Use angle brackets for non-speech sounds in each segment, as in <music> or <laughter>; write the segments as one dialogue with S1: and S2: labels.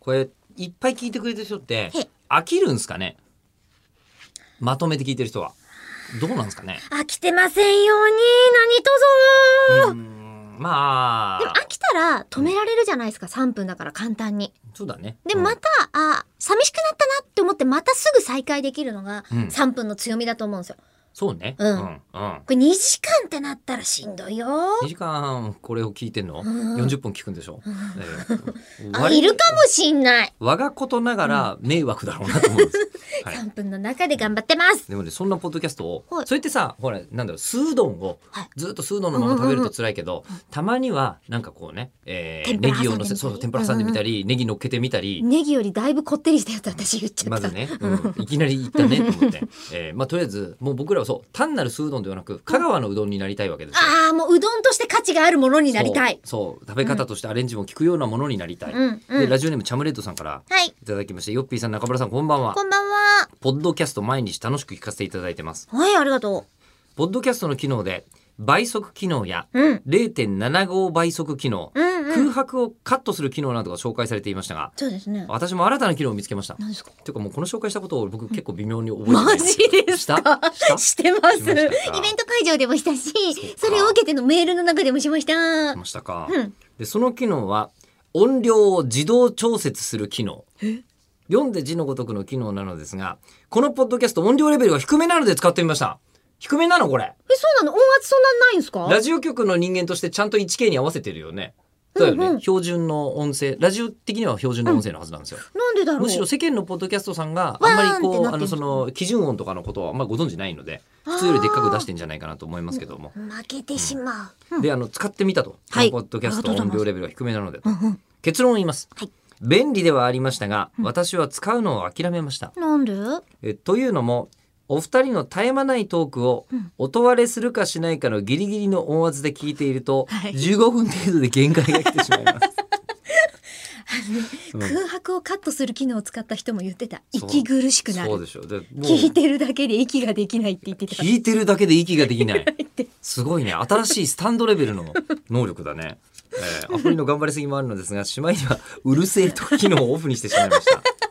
S1: これいっぱい聞いてくれてる人って
S2: へ
S1: 飽きるんですかねまとめて聞いてる人はどうなんですかね
S2: 飽きてませんように、何と
S1: う
S2: ぞ
S1: ーんま
S2: でも
S1: あ
S2: 飽きたら止められるじゃないですか、3分だから簡単に。
S1: そうだね
S2: で、
S1: うん
S2: また、あ、寂しくなったなって思って、またすぐ再開できるのが、
S1: うん
S2: 3分の強みだと思うんですよ。こ
S1: そうね
S2: うん
S1: うん、うん
S2: れ2時間ってなったらしんどいよ。
S1: 2時間これを聞いてんの、
S2: ん
S1: 40分聞くんでしょ、ええ
S2: あ、いるかもしんない。
S1: 我がことながら迷惑だろうなと思うんです、
S2: <laughs>
S1: はい
S2: 3分の中で頑張ってます。
S1: でもねそんなポッドキャストを、
S2: はい
S1: そうやってさほらなんだろうスードンを、
S2: はい
S1: ずっとスードンのまま食べると辛いけど、たまにはなんかこうね、えー、
S2: 天ぷ
S1: ネ
S2: ら挟ん
S1: ギ
S2: でみたり
S1: をのせそう天ぷら挟んでみたり、ネギ乗っけてみたり、
S2: ネギよりだいぶこってりしたやつ私言っちゃ
S1: ま
S2: った。
S1: ずね、うん、いきなり行ったねと思って、えーまあ、とりあえずもう僕らはそう単なるスードンではなく香川のうどんになりたいわけですよ。
S2: ああ、もううどんとして価値があるものになりたい。
S1: そうそう食べ方としてアレンジも効くようなものになりたい、
S2: うんう
S1: で
S2: ん。は
S1: ラジオネームチャムレッドさんから
S2: い。
S1: いただきましてヨッピーさん中村さんこんばんは
S2: こんばんは。
S1: ポッドキャスト毎日楽しく聞かせていただいてます
S2: はい、ありがと
S1: ポッドキャストの機能で倍速機能や
S2: う。うん。
S1: 0.75倍速機能、
S2: うんうん。
S1: 空白をカットする機能などが紹介されていましたが
S2: そうですね。
S1: 私も新たな機能を見つけました
S2: 何ですか
S1: ていうかもうこの紹介したことを僕結構微妙に覚えてない
S2: マジですか
S1: したした
S2: してます。イ
S1: しま
S2: ベン
S1: したか
S2: ト会場でもしたし、
S1: うか
S2: それを受けてのメールの中でもしました
S1: し。ましたか、
S2: うん
S1: でその機能は音量を自動調節する機能読んで字のごとくの機能なのですがこのポッドキャスト音量レベルが低めなので使ってみました低めなのこれ
S2: え、そうなの音圧そんなにないんですか
S1: ラジオ局の人間としてちゃんと 1K に合わせてるよね。だよね、
S2: うんうん
S1: 標準の音声ラジオ的には標準の音声のはずなんですよ、
S2: なんでだろう
S1: むしろ世間のポッドキャストさんが
S2: わー
S1: あんま
S2: ん
S1: りこ
S2: って
S1: う
S2: なっ
S1: あ
S2: てる
S1: のその基準音とかのことはあんまりご存じないので普通よりでっかく出してんじゃないかなと思いますけども、
S2: 負けてしまう。
S1: であの使ってみたと、
S2: はい
S1: このポッドキャスト
S2: ありがと
S1: 音
S2: うございます
S1: 量レベルが低めなので、
S2: うんうん
S1: 結論を言います、
S2: はい
S1: 便利ではありましたが、私は使うのを諦めました
S2: なんで
S1: えというのもお二人の絶え間ないトークを
S2: うん
S1: 音割れするかしないかのギリギリの音圧で聞いていると、
S2: はい
S1: 15分程度で限界が来てしまいますうん
S2: 空白をカットする機能を使った人も言ってた。
S1: そう
S2: 息苦し <laughs> くな
S1: そう
S2: る。
S1: でしょでもう
S2: 聞いてるだけで息ができないって言ってた。
S1: 聞いてるだけで息ができ
S2: <laughs>
S1: ない
S2: って
S1: すごいね新しいスタンドレベルの能力だね、えー、アプリの頑張りすぎもあるのですがしまいにはうるせえと機能をオフにしてしまいました、えー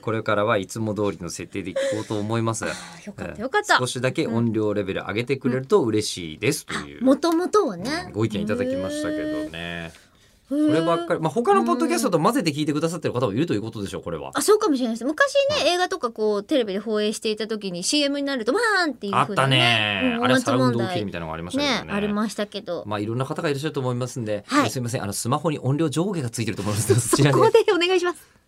S1: これからはいつも通りの設定で聞こうと思います
S2: よかったよかった
S1: 少。しだけ音量レベル上げてくれると嬉しいですという、
S2: もともとをね、
S1: ご意見いただきましたけどね。
S2: こ
S1: こればっかり、まあ、他のポッドキャストと混ぜて聞いてくださってる方もいるということでしょう、これは。
S2: あそうかもしれないです昔ね映画とかこうテレビで放映していた時に CM になるとわーンっていう
S1: あ
S2: 風
S1: った
S2: な
S1: ね。
S2: うん
S1: あれ
S2: お
S1: は
S2: 祭
S1: サ
S2: り
S1: ウ
S2: 問
S1: ンド OK
S2: 題
S1: みたいなのがありましたけ
S2: ね
S1: どね。
S2: ありましたけど、
S1: まあ、いろんな方がいらっしゃると思いますんで、
S2: はい
S1: すみません、あの、スマホに音量上下がついてると思います。そちら
S2: そ
S1: で
S2: こでお願いします